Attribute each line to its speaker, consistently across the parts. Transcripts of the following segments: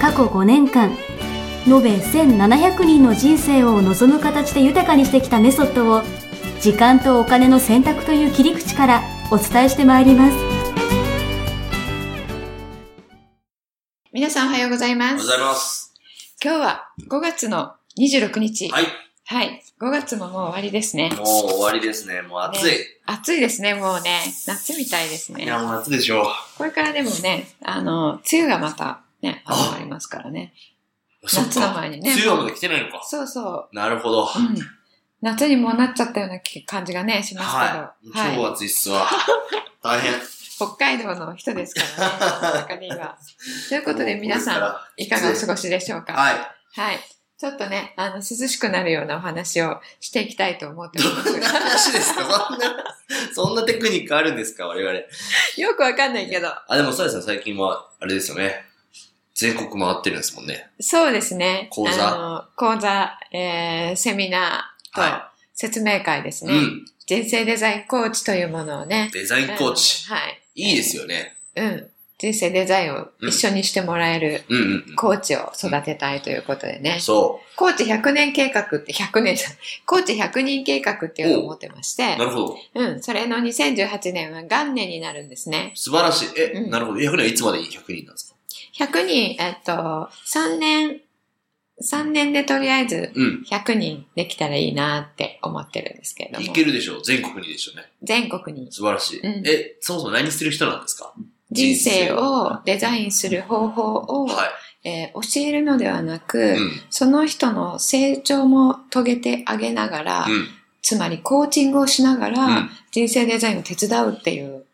Speaker 1: 過去5年間延べ1700人の人生を望む形で豊かにしてきたメソッドを時間とお金の選択という切り口からお伝えしてまいります
Speaker 2: 皆さんおはようござい
Speaker 3: お
Speaker 2: ま
Speaker 3: はよう
Speaker 2: す。
Speaker 3: ございます。
Speaker 2: 今日は5月の26日。
Speaker 3: はい。
Speaker 2: はい。5月ももう終わりですね。
Speaker 3: もう終わりですね。もう暑い。
Speaker 2: 暑いですね、もうね。夏みたいです
Speaker 3: い
Speaker 2: ね。
Speaker 3: や、もう夏でしょ
Speaker 2: これからでもね、あの、梅雨がまたね、
Speaker 3: あ
Speaker 2: 始まりますからね。
Speaker 3: う。そっ
Speaker 2: 夏の
Speaker 3: か。
Speaker 2: 前にね
Speaker 3: 梅。雨はまだ来てないのか。
Speaker 2: そうそ
Speaker 3: なるほど。
Speaker 2: う。うん。夏にもうなっちゃったような気感じがね、しますけど。
Speaker 3: はい。超暑いっすわ。大 変。
Speaker 2: 北海道の人です からね、中には。ということで皆さん、いかがお過ごしでしょうか
Speaker 3: はい。
Speaker 2: はい。ちょっとね、あの、涼しくなるようなお話をしていきたいと思ってお
Speaker 3: ど
Speaker 2: りま
Speaker 3: んな
Speaker 2: す
Speaker 3: 話ですかそんな、そんなテクニックあるんですか我々。
Speaker 2: が。よくわかんないけど。
Speaker 3: あ、でもそうですね。最近は、あれですよね。全国回ってるんですもんね。
Speaker 2: そうですね。
Speaker 3: 講座
Speaker 2: あの、講座、えー、セミナーと、
Speaker 3: は
Speaker 2: 説明会です
Speaker 3: い。
Speaker 2: ね、
Speaker 3: うん。
Speaker 2: 人生デザインコーチというものをね。
Speaker 3: デザインコーチ。
Speaker 2: あのはい。
Speaker 3: いいですよね。
Speaker 2: うん。人生デザインを一緒にしてもらえる
Speaker 3: うんうんうん。
Speaker 2: コーチを育てたいということでね。
Speaker 3: そ
Speaker 2: コーチ100年計画って、100年じゃない、コーチ100人計画っていうのを持ってまし
Speaker 3: う。
Speaker 2: て
Speaker 3: な、るほど。
Speaker 2: うん、それの2018年は元年になるんですね。
Speaker 3: 素晴らしい。え、
Speaker 2: うん
Speaker 3: なるほど。100人はいつまでに100人なんですか
Speaker 2: 100人、えっと、3年、3年でとりあえず
Speaker 3: うん。
Speaker 2: 100人できたらいいなって思ってるんですけれど
Speaker 3: い
Speaker 2: も
Speaker 3: け、るでしょう。全国にでしょうね。
Speaker 2: 全国に
Speaker 3: 素晴らしい、
Speaker 2: うん
Speaker 3: え、そもそも何してる人なんですか
Speaker 2: 人生をデザインする方法を、
Speaker 3: は
Speaker 2: えー教えるのではなく、
Speaker 3: い。うん。
Speaker 2: その人の成長も遂げてあげながら、
Speaker 3: うん。
Speaker 2: つまりコーチングをしなが
Speaker 3: う
Speaker 2: ら
Speaker 3: ん
Speaker 2: 人生デザインを手伝うっていう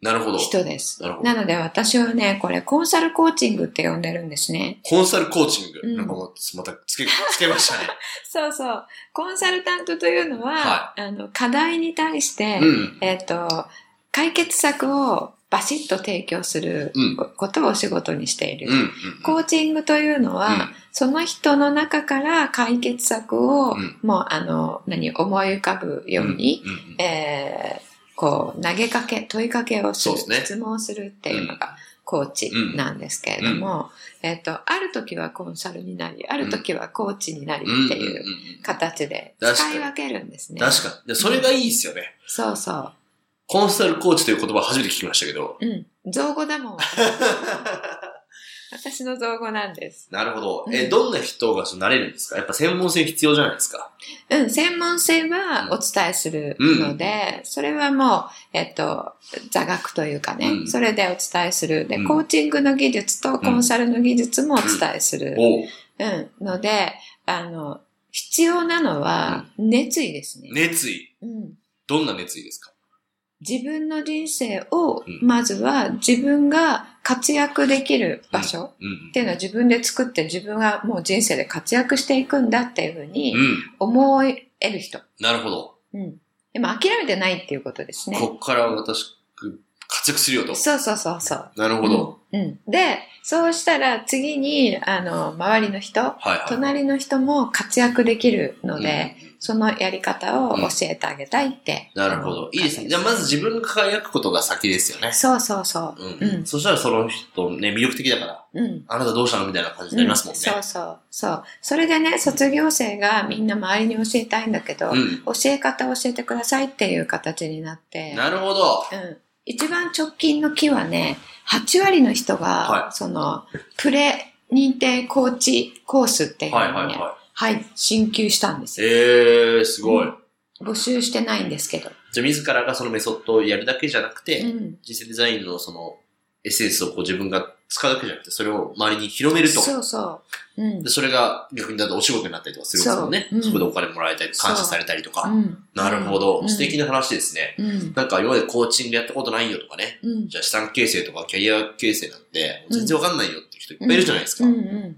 Speaker 3: なるほど。
Speaker 2: 人です。
Speaker 3: なるほ
Speaker 2: な。
Speaker 3: ど
Speaker 2: ので私はね、これコンサルコーチングって呼んでるんですね。
Speaker 3: コンサルコーチング。
Speaker 2: うん
Speaker 3: なんかもう、またつけ、つけましたね。
Speaker 2: そうそう。コンサルタントというのは、
Speaker 3: は
Speaker 2: あの、課題に対して、
Speaker 3: うん。
Speaker 2: えっ、と、解決策をバシッと提供する
Speaker 3: うん
Speaker 2: ことをお仕事にしている。
Speaker 3: うん。うん。
Speaker 2: コーチングというのは、
Speaker 3: うん
Speaker 2: その人の中から解決策を、
Speaker 3: うん
Speaker 2: もう、あの、何、思い浮かぶように、
Speaker 3: うんうん
Speaker 2: えーこう、投げかけ、問いかけをする、
Speaker 3: そうですね
Speaker 2: 質問をするっていうのが、コーチなんですけれども、えっ、と、ある時はコンサルになり、ある時はコーチになり
Speaker 3: うん。
Speaker 2: っていう、
Speaker 3: んん
Speaker 2: 形で
Speaker 3: 確か
Speaker 2: 使
Speaker 3: に
Speaker 2: い分けるんですね。
Speaker 3: 確かに。で、それがいいですよね。
Speaker 2: そうそ
Speaker 3: コンサルコーチという言葉初めて聞きましたけど。
Speaker 2: う。うん。造語だもん。私の造語なんです。
Speaker 3: なるほど。
Speaker 2: う
Speaker 3: え、
Speaker 2: ん
Speaker 3: どんな人がそうなれるんですかやっぱ専門性必要じゃないですか。
Speaker 2: うん。専門性はお伝えするので、それはもう、えっと、座学というかね、
Speaker 3: うん
Speaker 2: それでお伝えする。で、
Speaker 3: うん
Speaker 2: コーチングの技術とコンサルの技術もお伝えする。
Speaker 3: おう
Speaker 2: うん。ので、あの、必要なのは熱意ですね。
Speaker 3: 熱意。
Speaker 2: うん。
Speaker 3: どんな熱意ですか
Speaker 2: 自分の人生を
Speaker 3: うん、
Speaker 2: まずは自分が活躍できる場所。
Speaker 3: うん
Speaker 2: っ。ていうのは自分で作って自分がもう人生で活躍していくんだっていうふう
Speaker 3: う
Speaker 2: に
Speaker 3: ん。
Speaker 2: 思える人。
Speaker 3: なるほど。
Speaker 2: うん。でも諦めてないっていうことですね。
Speaker 3: こっから私、活躍するよと。
Speaker 2: そうそうそうそう。
Speaker 3: なるほど。
Speaker 2: うん。で、そうしたら次に、あの、周りの人、
Speaker 3: はいはい。
Speaker 2: 隣の人も活躍できるので、
Speaker 3: うん
Speaker 2: そのやり方を教えてあげたいって。
Speaker 3: なるほ
Speaker 2: あの
Speaker 3: ど。いいですね。じゃあまず。自分が輝くことが先ですよね。
Speaker 2: そうそうそうう。
Speaker 3: ん。
Speaker 2: うん。
Speaker 3: そしたらその人ね、魅力的だから、
Speaker 2: うん。
Speaker 3: あなたどうしたのみたいな感じになりますもんね。
Speaker 2: そうそう。そう。それでね、卒業生がみんな周りに教えたいんだけど、
Speaker 3: うん。
Speaker 2: 教え方を教えてくださいっていう形になって、
Speaker 3: なるほど。
Speaker 2: うん、一番直近の木はね8割の人が、
Speaker 3: は
Speaker 2: そのプレ認定コーチコースっていうの
Speaker 3: はい
Speaker 2: にね、
Speaker 3: は
Speaker 2: はいい
Speaker 3: は
Speaker 2: 進級したんです
Speaker 3: い。
Speaker 2: よ
Speaker 3: えー、すごい。
Speaker 2: 募集してないんですけど、
Speaker 3: じゃあ自らがそのメソッドをやるだけじゃなくて、
Speaker 2: うん
Speaker 3: 実際デザインのそのエッセンスをこう自分が使うだけじゃなくて、それを周りに広めると。
Speaker 2: そうそう。うん
Speaker 3: で。それが逆にだってお仕事になったりとかするんですよね。
Speaker 2: そ
Speaker 3: そう
Speaker 2: うん
Speaker 3: こでお金もらえたり、感謝されたりとか。
Speaker 2: うん
Speaker 3: なるほど、
Speaker 2: うん
Speaker 3: 素敵な話ですね。
Speaker 2: うん。
Speaker 3: なんか今までコーチングやったことないよとかね。
Speaker 2: うん。
Speaker 3: じゃあ資産形成とかキャリア形成なんて全然わかんないよって人いっぱいいるじゃないですか。
Speaker 2: うんうん。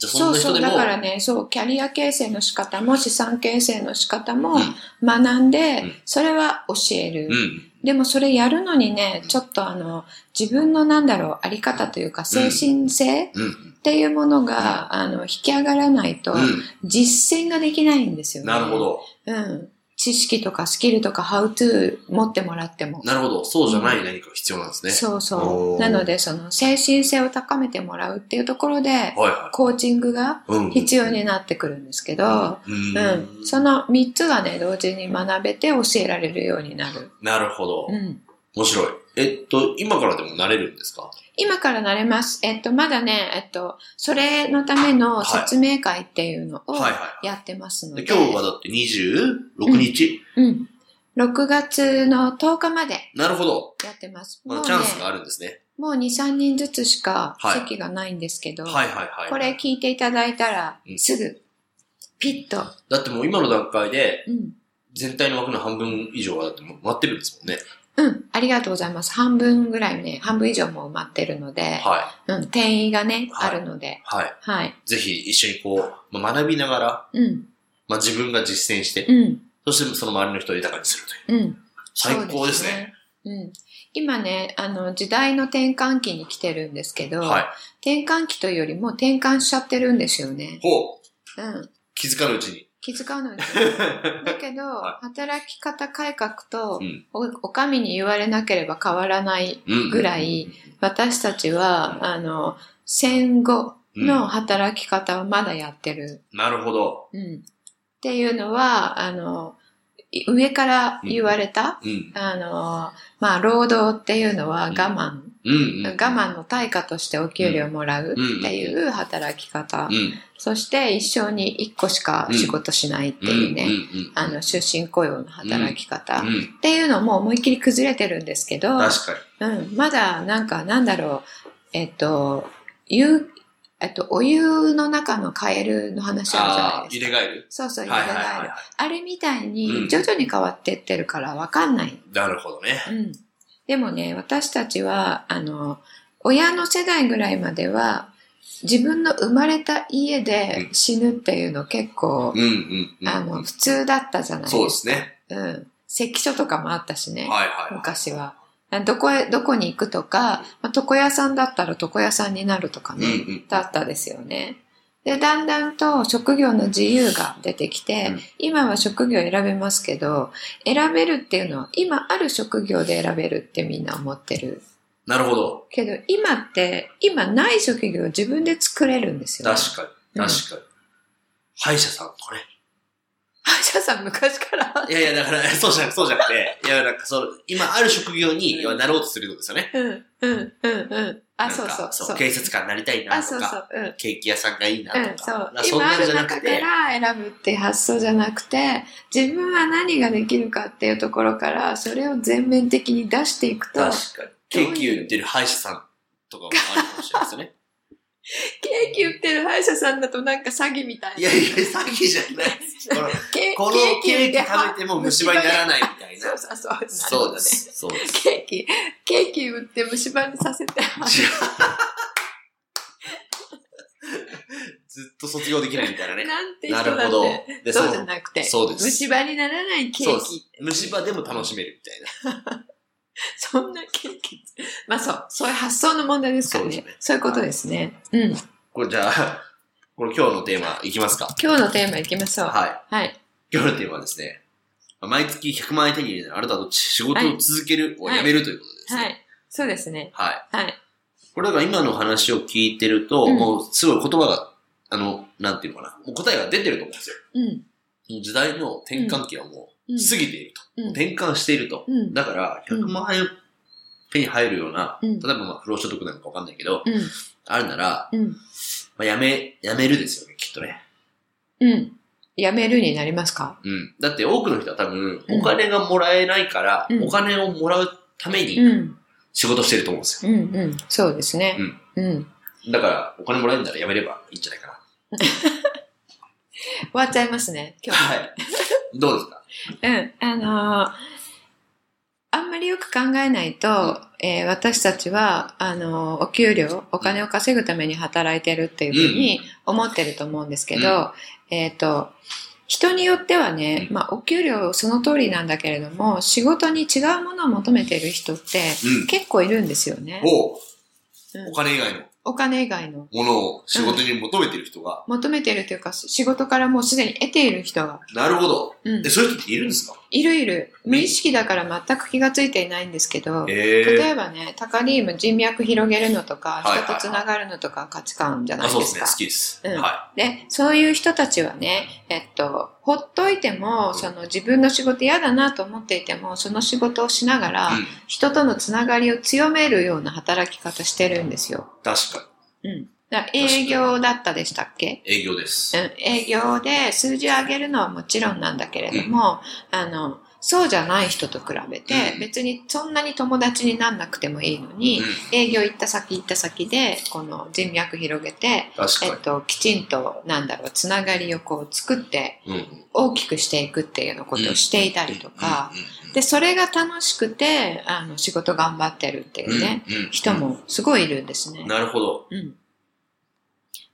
Speaker 3: じゃあそ
Speaker 2: そ
Speaker 3: ん
Speaker 2: う
Speaker 3: な人
Speaker 2: そう、
Speaker 3: でも。
Speaker 2: だからね、そう、キャリア形成の仕方も資産形成の仕方も
Speaker 3: うん
Speaker 2: 学んで、
Speaker 3: うん
Speaker 2: それは教える、
Speaker 3: うん。
Speaker 2: でもそれやるのにね、ちょっとあの、自分のなんだろう、あり方というか、精神性っ
Speaker 3: うん。
Speaker 2: ていうものが、あの、引き上がらないと、
Speaker 3: う
Speaker 2: 実践ができないんですよ
Speaker 3: ん。
Speaker 2: ね。
Speaker 3: なるほ。ど。
Speaker 2: うん。知識とかスキルとか、ハウトゥー持ってもらっても。
Speaker 3: なるほど。そうじゃない何かが必要なんですね。
Speaker 2: そうそ
Speaker 3: お
Speaker 2: う。
Speaker 3: ー
Speaker 2: なので、その、精神性を高めてもらうっていうところで、
Speaker 3: はいは
Speaker 2: コーチングが
Speaker 3: い。うん。
Speaker 2: 必要になってくるんですけど、
Speaker 3: う
Speaker 2: うん
Speaker 3: ん。
Speaker 2: その3つがね、同時に学べて教えられるようになる。
Speaker 3: なるほど。
Speaker 2: うん、
Speaker 3: 面白い。えっと、今からでもなれるんですか
Speaker 2: 今から慣れます。えっと、まだね、えっと、それのための説明会っていうのを
Speaker 3: はいはい。
Speaker 2: やってますの
Speaker 3: で
Speaker 2: で、
Speaker 3: 今日はだって26日、
Speaker 2: うん、6月の10日まで
Speaker 3: なるほど。
Speaker 2: やってます。
Speaker 3: ま
Speaker 2: もう
Speaker 3: だチ
Speaker 2: ね
Speaker 3: ャンスがあるんですね。
Speaker 2: もう2、3人ずつしか
Speaker 3: はい
Speaker 2: 席がないんですけど、
Speaker 3: はいはいはい。
Speaker 2: これ聞いていただいたら
Speaker 3: う、ん
Speaker 2: すぐ、ピッと、
Speaker 3: だってもう今の段階で、
Speaker 2: うん、
Speaker 3: 全体の枠の半分以上はだってもう埋まってるんですもんね。
Speaker 2: うん、ありがとうございます。半分ぐらいね、半分以上もう埋まってるので、
Speaker 3: はい。
Speaker 2: うん、定員がね、
Speaker 3: はい
Speaker 2: あるので、
Speaker 3: はい。
Speaker 2: はい。
Speaker 3: ぜひ一緒にこう、まあ、学びながら、
Speaker 2: うん、
Speaker 3: まあ、自分が実践して、
Speaker 2: うん、
Speaker 3: そしてその周りの人を豊かにするという。
Speaker 2: うん。
Speaker 3: 最
Speaker 2: そう
Speaker 3: 高ですね。。
Speaker 2: うん。今ね、あの、時代の転換期に来てるんですけど、
Speaker 3: はい。
Speaker 2: 転換期というよりも転換しちゃってるんですよね。
Speaker 3: ほう
Speaker 2: うん。
Speaker 3: 気づかぬうち に。
Speaker 2: 気づかないだけど、
Speaker 3: は
Speaker 2: 働き方改革と、
Speaker 3: うん
Speaker 2: お、お上に言われなければ変わらない、
Speaker 3: うん
Speaker 2: ぐらい。私たちは、あの、戦後の働き方をまだやってる。
Speaker 3: なるほど。
Speaker 2: うん。っていうのは、あの、い上から言われた、
Speaker 3: うん。
Speaker 2: あの、まあ、労働っていうのは我慢、
Speaker 3: うん。
Speaker 2: 我慢の対価としてお給料もらうっていう働き方、
Speaker 3: うん。
Speaker 2: そして一生に一個しか仕事しないっていうね、
Speaker 3: うん。
Speaker 2: あの、終身雇用の働き方、
Speaker 3: うん。うん。
Speaker 2: っていうのも思いっきり崩れてるんですけど、
Speaker 3: 確かに。
Speaker 2: うん、まだなんかなんだろう、えっと、湯、えっと、お湯の中のカエルの話あるじゃ
Speaker 3: あ
Speaker 2: な
Speaker 3: あ、
Speaker 2: いですか。
Speaker 3: 入れ替える。
Speaker 2: そうそう、湯
Speaker 3: は
Speaker 2: が
Speaker 3: いはい
Speaker 2: ない
Speaker 3: はいは
Speaker 2: あれみたいうに
Speaker 3: ん
Speaker 2: 徐々に変わってってるからわかんない。
Speaker 3: い。なるほどね。
Speaker 2: うん。でもね、私たちは、あの、親の世代ぐらいまでは、自分の生まれた家で死ぬっていうの結構、
Speaker 3: うんうんうん。
Speaker 2: あの、普通だったじゃないですか。
Speaker 3: そうですね。
Speaker 2: うん。関所とかもあったしね。
Speaker 3: はいは
Speaker 2: 昔は。どこへ、どこに行くとか、まあ床屋さんだったら床屋さんになるとか
Speaker 3: い。う
Speaker 2: ね、
Speaker 3: んうん。
Speaker 2: だったですよね。で、だんだんと職業の自由が出てきて、
Speaker 3: うん
Speaker 2: 今は職業選べますけど、選べるっていうのは今ある職業で選べるってみんな思ってる。
Speaker 3: なるほど。
Speaker 2: けど今って、今ない職業を自分で作れるんですよ、ね。
Speaker 3: 確かに。確かに。歯医者さんとかね。
Speaker 2: 歯医者さん昔からあっ
Speaker 3: いやいや、だから、 そうじゃなくて、そうじゃなくて、いや、なんか、その、今ある職業に、要はなろうとすることですよね。
Speaker 2: た。うん、うん、うん、うん。あ、そう
Speaker 3: な
Speaker 2: そ
Speaker 3: ん
Speaker 2: う、
Speaker 3: か
Speaker 2: そう。
Speaker 3: 警察官になりたいな
Speaker 2: あ、
Speaker 3: と
Speaker 2: そうそ
Speaker 3: か、
Speaker 2: う、うん。
Speaker 3: ケーキ屋さんがいいな
Speaker 2: うん、
Speaker 3: とか。
Speaker 2: そう
Speaker 3: なんか。そん
Speaker 2: 今あ
Speaker 3: なん
Speaker 2: る
Speaker 3: じゃな
Speaker 2: 中
Speaker 3: く
Speaker 2: か
Speaker 3: て、
Speaker 2: ら選ぶっていう発想じゃなくて、自分は何ができるかっていうところから、それを全面的に出していくと、
Speaker 3: 確かに。ケーキ売ってる歯医者さんとかもあるかもしれないですよね。
Speaker 2: ケーキ売ってる歯医者さんだとなんか詐欺みたいな。
Speaker 3: いやいや、詐欺じゃないです。この、
Speaker 2: ケ
Speaker 3: このケーキ食べても虫歯にならないみたい
Speaker 2: そう
Speaker 3: な。
Speaker 2: そうそう。なるほど
Speaker 3: そう
Speaker 2: ね
Speaker 3: で。す。そう です。
Speaker 2: ケーキ、ケーキ売って虫歯にさせて、
Speaker 3: ずっと卒業できないみたいなね。
Speaker 2: なんて人
Speaker 3: な
Speaker 2: だ
Speaker 3: る
Speaker 2: っ
Speaker 3: ほど
Speaker 2: て。。
Speaker 3: で
Speaker 2: そう
Speaker 3: の
Speaker 2: じゃなくて、
Speaker 3: そうです
Speaker 2: 虫歯にならないケ
Speaker 3: そう
Speaker 2: ー
Speaker 3: です
Speaker 2: キ。
Speaker 3: 虫歯でも楽しめるみたいな。
Speaker 2: そんなケーキ。まあそう、そういう発想の問題ですからね。そ
Speaker 3: そう
Speaker 2: う
Speaker 3: ですね
Speaker 2: いうことですね。うん。
Speaker 3: これじゃあ、 これ今日のテーマいきますか。
Speaker 2: 今日のテーマいきましょう。は
Speaker 3: はい。
Speaker 2: い。
Speaker 3: 今日のテーマはですね、毎月100万円手に入れるあなたはどっち仕事を続けるを
Speaker 2: はい
Speaker 3: やめるということですね。
Speaker 2: は
Speaker 3: はい。
Speaker 2: い。そうですね。はい。
Speaker 3: これだから今の話を聞いてると、
Speaker 2: うん
Speaker 3: もうすごい言葉が、あの、なんていうのかな、もう答えが出てると思うんですよ。
Speaker 2: うん。
Speaker 3: 時代の転換期はもう
Speaker 2: うん
Speaker 3: 過ぎていると。
Speaker 2: うん。
Speaker 3: 転換していると。
Speaker 2: うん
Speaker 3: だから、100万円手に入るような、
Speaker 2: うん
Speaker 3: 例えばまあ不労所得なんかわかんないけど、
Speaker 2: うん。
Speaker 3: あるなら、
Speaker 2: うん。
Speaker 3: まあ、やめ、やめるですよね、きっとね。
Speaker 2: うん。やめるになりますか
Speaker 3: うん。だって多くの人は多分、
Speaker 2: うん
Speaker 3: お金がもらえないから、
Speaker 2: うん
Speaker 3: お金をもらうため
Speaker 2: う
Speaker 3: に
Speaker 2: ん。
Speaker 3: 仕事してると思うんです
Speaker 2: うんうん。そうですね。うん。
Speaker 3: よ。だから、お金もらえるならやめればいいんじゃないかな。
Speaker 2: 終わっちゃいますね、 今日。
Speaker 3: はい。 どうですか
Speaker 2: うん。あのーあんまりよく考えないと、えー私たちは、あのーお給料、お金を稼ぐために働いてるっていうふうに思ってると思うんですけど、えっ、と、人によってはね、
Speaker 3: うん
Speaker 2: まあ、お給料その通りなんだけれども、仕事に違うものを求めてる人って
Speaker 3: うん。
Speaker 2: 結構いるんですよね。
Speaker 3: おう
Speaker 2: うん
Speaker 3: お金以外の
Speaker 2: お金以外の
Speaker 3: ものを仕事に求めてる人が、
Speaker 2: 求めてるというか、仕事からもうすでに得ている人が、
Speaker 3: なるほど。
Speaker 2: うん
Speaker 3: え、、そういう人っているんですか
Speaker 2: いるいる。無意識だから全く気がついていないんですけど、例
Speaker 3: ええ
Speaker 2: えばね、タカリウム人脈広げるのとか、
Speaker 3: はいはいはい
Speaker 2: 人とつながるのとか価値観じゃな
Speaker 3: あ、
Speaker 2: い
Speaker 3: そう
Speaker 2: で
Speaker 3: です
Speaker 2: す
Speaker 3: ね。
Speaker 2: か
Speaker 3: 好。きです。
Speaker 2: うん
Speaker 3: は
Speaker 2: で、そういう人たちはね、えっと、ほっといても、その自分の仕事嫌だなと思っていても、その仕事をしながら
Speaker 3: い。う、ん。
Speaker 2: 人とのつながりを強めるような働き方してるんですよ。
Speaker 3: 確か
Speaker 2: うん。だから営業だったでしたっけ
Speaker 3: に。営業です。
Speaker 2: うん営業で数字を上げるのはもちろんなんだけれども、あのそうじゃない人と比べて
Speaker 3: うん
Speaker 2: 別にそんなに友達になんなくてもいいのに、
Speaker 3: うん
Speaker 2: 営業行った先行った先でこの人脈広げて、
Speaker 3: 確
Speaker 2: えっ
Speaker 3: か
Speaker 2: と、きちんとなんだろうつながりをこう作って
Speaker 3: に。うん。
Speaker 2: 大きくしていくっていうようなことをしていたりとか、
Speaker 3: うん、
Speaker 2: でそれが楽しくてあの仕事頑張ってるっていうね、
Speaker 3: うんうん
Speaker 2: 人もすごいいるんですね。
Speaker 3: なるほど。
Speaker 2: うん。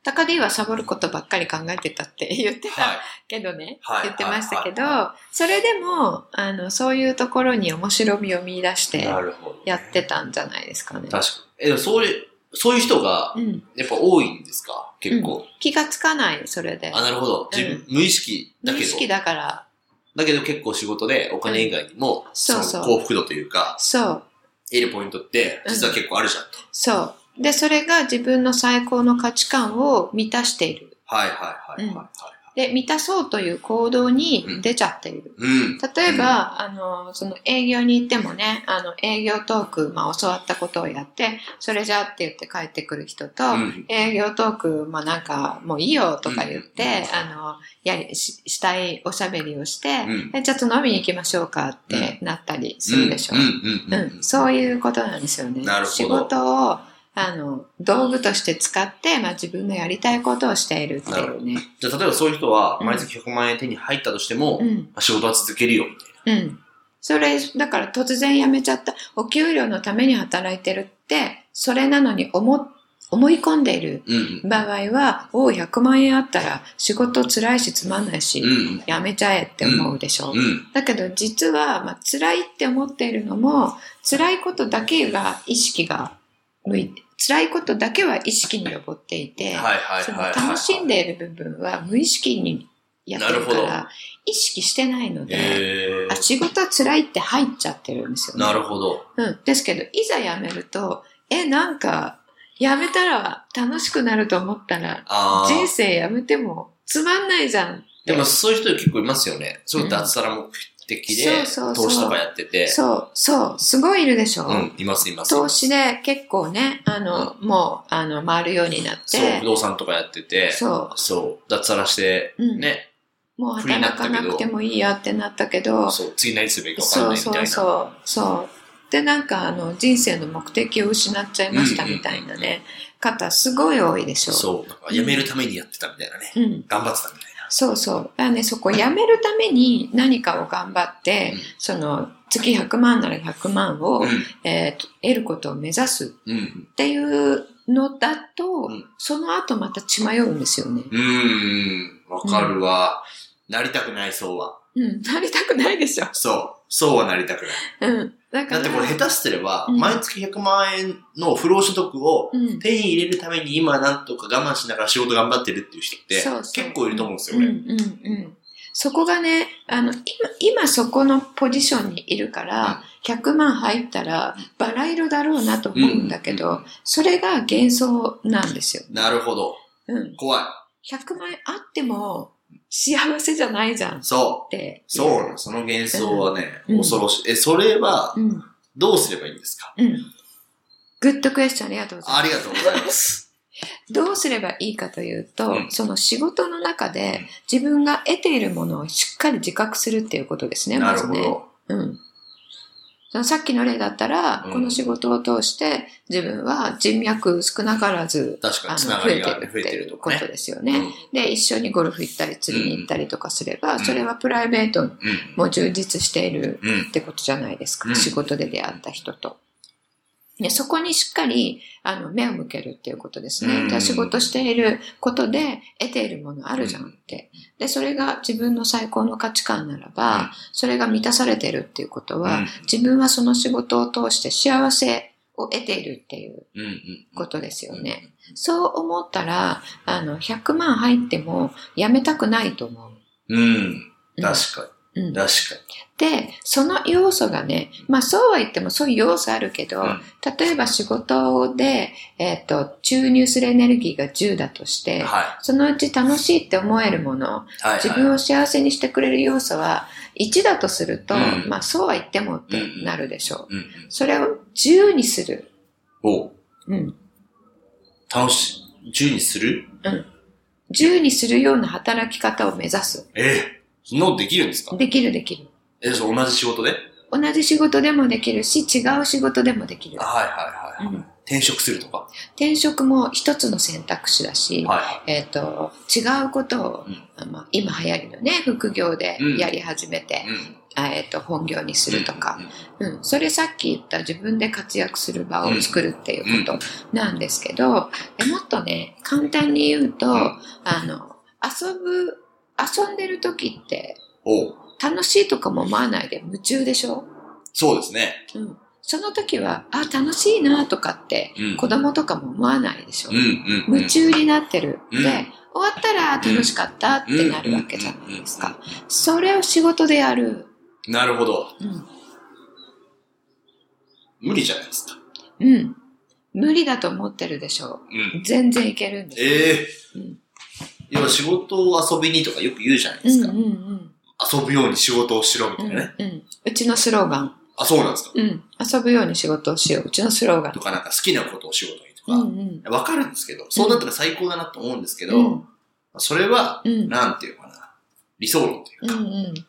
Speaker 2: 高 D はサボることばっかり考えてたって 言ってた
Speaker 3: はい。
Speaker 2: けどね、
Speaker 3: はい
Speaker 2: 言ってましたけど、
Speaker 3: はい
Speaker 2: それでもあのそういうところに面白みを見出して
Speaker 3: なるほど。
Speaker 2: やってたんじゃないですかね。
Speaker 3: 確かに。え、でもそういう、そういう人が、
Speaker 2: うん、
Speaker 3: やっぱ多いんですか結構。
Speaker 2: 気がつかないそれで
Speaker 3: あ、なるほど。自分、無意識だ
Speaker 2: 無
Speaker 3: け
Speaker 2: 意
Speaker 3: ど。
Speaker 2: 識だから
Speaker 3: だけど結構仕事でお金以外にも、
Speaker 2: そうそう
Speaker 3: の幸福度というか、
Speaker 2: そう
Speaker 3: 得るポイントって、実は結構あるじゃんと。
Speaker 2: そうでそれが自分の最高の価値観を満たしている
Speaker 3: はいはいはいはい、はい
Speaker 2: で満たそうという行動に出ちゃっている、
Speaker 3: うん。
Speaker 2: 例えば、あの、その営業に行ってもね、あの、営業トーク、まあ、教わったことをやって、それじゃあって言って帰ってくる人と、
Speaker 3: うん
Speaker 2: 営業トーク、まあ、なんか、もういいよとか言って、
Speaker 3: う
Speaker 2: あの、やりし、したいおしゃべりをして、
Speaker 3: うん
Speaker 2: えちょっと飲みに行きましょうかってなったりするでしょ。
Speaker 3: うんうん
Speaker 2: う
Speaker 3: うんん。
Speaker 2: そういうことなんですよね。
Speaker 3: なるほど
Speaker 2: 仕事を、あの、道具として使って、まあ、自分のやりたいことをしているっていうね。
Speaker 3: じゃあ例えばそういう人は、
Speaker 2: うん
Speaker 3: 毎月100万円手に入ったとしても、
Speaker 2: う
Speaker 3: ま
Speaker 2: ん。
Speaker 3: あ仕事は続けるよ、みたい
Speaker 2: うん。それ、だから突然辞めちゃった、お給料のために働いてるって、それなのに思、思い込んでいる
Speaker 3: な。うん
Speaker 2: 場合は、おう、100万円あったら仕事辛いしつまんないし、
Speaker 3: うん。うん
Speaker 2: 辞めちゃえって思うでしょ。
Speaker 3: うん。うん。
Speaker 2: だけど実は、まあ、辛いって思っているのも、辛いことだけが意識が向いて、辛いことだけは意識に上っていて、
Speaker 3: はいはい
Speaker 2: その
Speaker 3: はいはい。
Speaker 2: 楽しんでいる部分は無意識にやってるか
Speaker 3: なる
Speaker 2: ら、意識してないので、
Speaker 3: へ
Speaker 2: あ仕事は辛いって入っちゃってるんですよ
Speaker 3: ー。
Speaker 2: ね。
Speaker 3: なるほど。
Speaker 2: うん。ですけど、いざ辞めると、え、なんか、辞めたら楽しくなると思ったら、
Speaker 3: あ
Speaker 2: 人生
Speaker 3: あ。
Speaker 2: 辞めてもつまんないじゃん。
Speaker 3: でもそういう人結構いますよね。そうの
Speaker 2: ん
Speaker 3: 脱サラ目的
Speaker 2: そ
Speaker 3: で
Speaker 2: うそう、そう
Speaker 3: 投資とかやってて。
Speaker 2: そう、そう、すごいいるでしょ、
Speaker 3: うん、いますいます。
Speaker 2: 投資で結構ね、あの、もう、あの、回るようになっ
Speaker 3: そう、不
Speaker 2: て、
Speaker 3: 動産とかやってて、
Speaker 2: そ
Speaker 3: そう、脱サラして、
Speaker 2: うん
Speaker 3: ね、
Speaker 2: う、もう働かなくてもいいやってなったけど、
Speaker 3: そう、次何すればいいか分かん
Speaker 2: そ
Speaker 3: な
Speaker 2: う
Speaker 3: いみ
Speaker 2: そ
Speaker 3: たいうな。
Speaker 2: そうそうでなんかあの人生の目的を失っちゃいましたみたいなね、方すごい多いでしょ
Speaker 3: そう、なんか辞めるためにやってたみたいなね。
Speaker 2: う、ん、
Speaker 3: 頑張ってたみたいな。
Speaker 2: そうそうだからねそこやめるために何かを頑張って、
Speaker 3: うん
Speaker 2: その月100万なら100万を、えーと得ることを目指すっ
Speaker 3: うん。うん。
Speaker 2: ていうのだと、
Speaker 3: うん
Speaker 2: その後また血迷うんですよね、
Speaker 3: うーん、わかるわ。なりたくない、そうは。
Speaker 2: うん、なりたくないでしょ、
Speaker 3: そう。そうはなりたくない。
Speaker 2: うん、だから
Speaker 3: だってこれ下手すれば、
Speaker 2: うん
Speaker 3: 毎月100万円の不労所得を
Speaker 2: うん、
Speaker 3: 手に入れるために今なんとか我慢しながら仕事頑張ってるっていう人って
Speaker 2: そうそう
Speaker 3: 結構いると思うんですよ、
Speaker 2: うん
Speaker 3: 俺。
Speaker 2: うんうん。そこがね、あの、今、今そこのポジションにいるから、100万入ったら、バラ色だろうなと思うんだけど、
Speaker 3: うん
Speaker 2: それが幻想なんですよ。
Speaker 3: なるほど。
Speaker 2: うん。
Speaker 3: 怖い。
Speaker 2: 100万円あっても、幸せじゃないじゃんっ
Speaker 3: そう。
Speaker 2: て。
Speaker 3: そうなのその幻想はね、
Speaker 2: うん
Speaker 3: 恐ろしい。え、それは
Speaker 2: う。うん。
Speaker 3: どうすればいいんですか
Speaker 2: うん。グッドクエスチョンありがとうございます。
Speaker 3: ありがとうございます。
Speaker 2: どうすればいいかというと、
Speaker 3: うん
Speaker 2: その仕事の中で
Speaker 3: うん
Speaker 2: 自分が得ているものをしっかり自覚するっていうことですね、
Speaker 3: な
Speaker 2: ま
Speaker 3: る
Speaker 2: ず
Speaker 3: ほ
Speaker 2: ね。
Speaker 3: ど。
Speaker 2: うん。そのさっきの例だったら、
Speaker 3: うん
Speaker 2: この仕事を通して自分は人脈少なからず、
Speaker 3: 確か
Speaker 2: あ
Speaker 3: に、つ
Speaker 2: の
Speaker 3: なが
Speaker 2: 増え
Speaker 3: り
Speaker 2: て
Speaker 3: が
Speaker 2: るっ
Speaker 3: 増え
Speaker 2: て
Speaker 3: て
Speaker 2: い
Speaker 3: る
Speaker 2: う
Speaker 3: と
Speaker 2: こ
Speaker 3: かね
Speaker 2: と。ですよね。で、一緒にゴルフ行ったり釣りに行ったりとかすれば、
Speaker 3: ん
Speaker 2: それはプライベート
Speaker 3: うん。うん
Speaker 2: も充実している
Speaker 3: うん
Speaker 2: っ。てことじゃないですか。
Speaker 3: うん
Speaker 2: 仕事で出会った人と。でそこにしっかりあの目を向けるっていうことですね。
Speaker 3: うん
Speaker 2: じゃあ仕事していることで得ているものあるじゃんって。で、それが自分の最高の価値観ならば、
Speaker 3: うん
Speaker 2: それが満たされてるっていうことは、
Speaker 3: うん
Speaker 2: 自分はその仕事を通して幸せを得ているっていう
Speaker 3: うんうん。
Speaker 2: ことですよね。そう思ったら、あの、100万入っても辞めたくないと思う。
Speaker 3: うん。
Speaker 2: うん
Speaker 3: 確か
Speaker 2: うん
Speaker 3: に。確
Speaker 2: で、その要素がね、まあそうは言ってもそういう要素あるけど、
Speaker 3: うん
Speaker 2: 例えば仕事で、えっ、と、注入するエネルギーが10だとし
Speaker 3: か
Speaker 2: て、
Speaker 3: に。は
Speaker 2: そのうち楽しいって思えるもの、
Speaker 3: い。はい。
Speaker 2: 自分
Speaker 3: は
Speaker 2: を幸せにしてくれる要素は1だとすると、
Speaker 3: うん
Speaker 2: まあそうは言ってもってなるでしょう。
Speaker 3: い。うんうん。
Speaker 2: それを10にする。
Speaker 3: おう
Speaker 2: うん。
Speaker 3: 楽し、10にする
Speaker 2: 10にするような働き方を目指す。
Speaker 3: えそんなことできるんですか
Speaker 2: できるできる。
Speaker 3: え、そう同じ仕事で
Speaker 2: 同じ仕事でもできるし、違う仕事でもできる
Speaker 3: あ。はいはいはい。
Speaker 2: うん
Speaker 3: 転職するとか。
Speaker 2: 転職も一つの選択肢だし、
Speaker 3: は
Speaker 2: えっと違うことを、まあ、今流行りのね副業でやり始めて
Speaker 3: い。、うん。
Speaker 2: あえっと本業にするとか、
Speaker 3: うん。
Speaker 2: うんそれさっき言った自分で活躍する場を作るっていうことなんですけど、えもっとね簡単に言うと、
Speaker 3: うん
Speaker 2: あの遊ぶ遊んでる時って
Speaker 3: おう
Speaker 2: 楽しいとかも思わないで夢中でしょ、
Speaker 3: そうですね。
Speaker 2: うん、その時はあ楽しいなとかって
Speaker 3: うん
Speaker 2: 子供とかも思わないでしょ、
Speaker 3: うんうんうん。
Speaker 2: 夢中になってる。
Speaker 3: うん
Speaker 2: で、終わったら楽しかったってなるわけじゃないです
Speaker 3: うん
Speaker 2: か。それを仕事でやる。
Speaker 3: なるほど。
Speaker 2: うん。
Speaker 3: 無理じゃないですか。
Speaker 2: うん。無理だと思ってるでしょ
Speaker 3: うん。
Speaker 2: う。全然いけるんです。
Speaker 3: ええ
Speaker 2: うん
Speaker 3: 要は仕事を遊びにとかよく言うじゃないですか。
Speaker 2: うんうんうん
Speaker 3: 遊ぶように仕事をしろみた
Speaker 2: う
Speaker 3: い
Speaker 2: ん
Speaker 3: なね。
Speaker 2: うん。うちのスローガン。
Speaker 3: あ、そうなんですか。
Speaker 2: うん。遊ぶように仕事をしよう。うちのスローガン
Speaker 3: と。かなんか好きなことを仕事にと
Speaker 2: うんう
Speaker 3: か。
Speaker 2: ん。
Speaker 3: わ、かるんですけど、そうなったら最高だなと思うんですけ
Speaker 2: う
Speaker 3: ど、
Speaker 2: ん
Speaker 3: それは、
Speaker 2: うん。
Speaker 3: なんていうのかな。理想論という
Speaker 2: うんう
Speaker 3: か、
Speaker 2: ん。